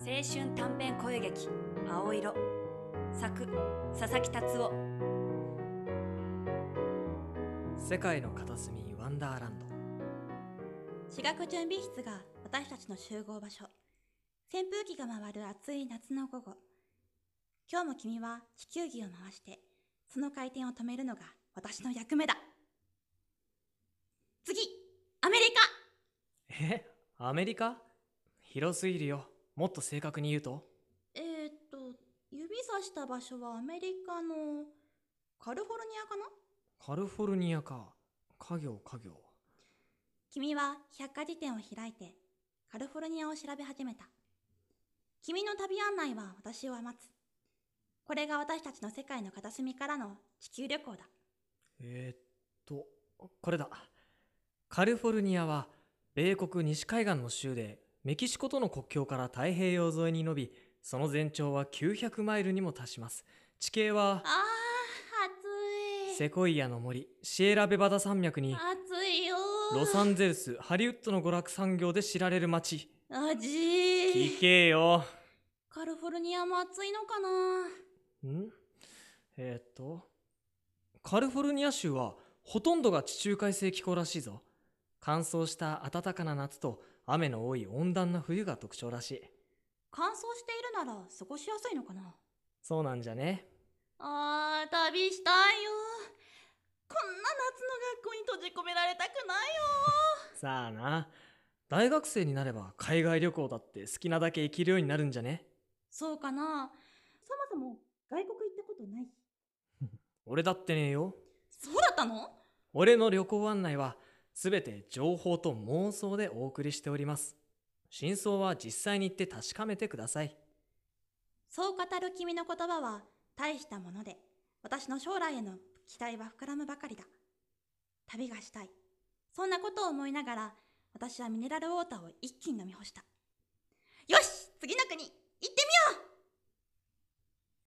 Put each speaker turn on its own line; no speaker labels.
青春短編声劇「青色」作佐々木達夫
世界の片隅ワンダーランド
私学準備室が私たちの集合場所。扇風機が回る暑い夏の午後。今日も君は地球儀を回して、その回転を止めるのが私の役目だ。次アメリカ
えアメリカ広すぎるよもっと正確に言うと
えー、っと、指さした場所はアメリカのカリフォルニアかな
カリフォルニアか家業家業
君は百科事典を開いてカリフォルニアを調べ始めた。君の旅案内は私を待つ。これが私たちの世界の片隅からの地球旅行だ。
えー、っとこれだカリフォルニアは米国西海岸の州でメキシコとの国境から太平洋沿いに伸びその全長は900マイルにも達します地形は
あー、暑い。
セコイアの森シエラベバダ山脈に
暑いよー。
ロサンゼルスハリウッドの娯楽産業で知られる街
あじー
行けよ
カリフォルニアも暑いのかなん
えーっとカリフォルニア州はほとんどが地中海性気候らしいぞ乾燥した暖かな夏と雨の多い温暖な冬が特徴らしい
乾燥しているなら過ごしやすいのかな
そうなんじゃね
あー、旅したいよこんな夏の学校に閉じ込められたくないよ
さあな大学生になれば海外旅行だって好きなだけ行けるようになるんじゃね
そうかなそもそも外国行ったことないし。
俺だってねえよ
そうだったの
俺の旅行案内は全て情報と妄想でお送りしております真相は実際に行って確かめてください
そう語る君の言葉は大したもので、私の将来への期待は膨らむばかりだ。旅がしたい。そんなことを思いながら、私はミネラルウォーターを一気に飲み干した。よし次の国行ってみよう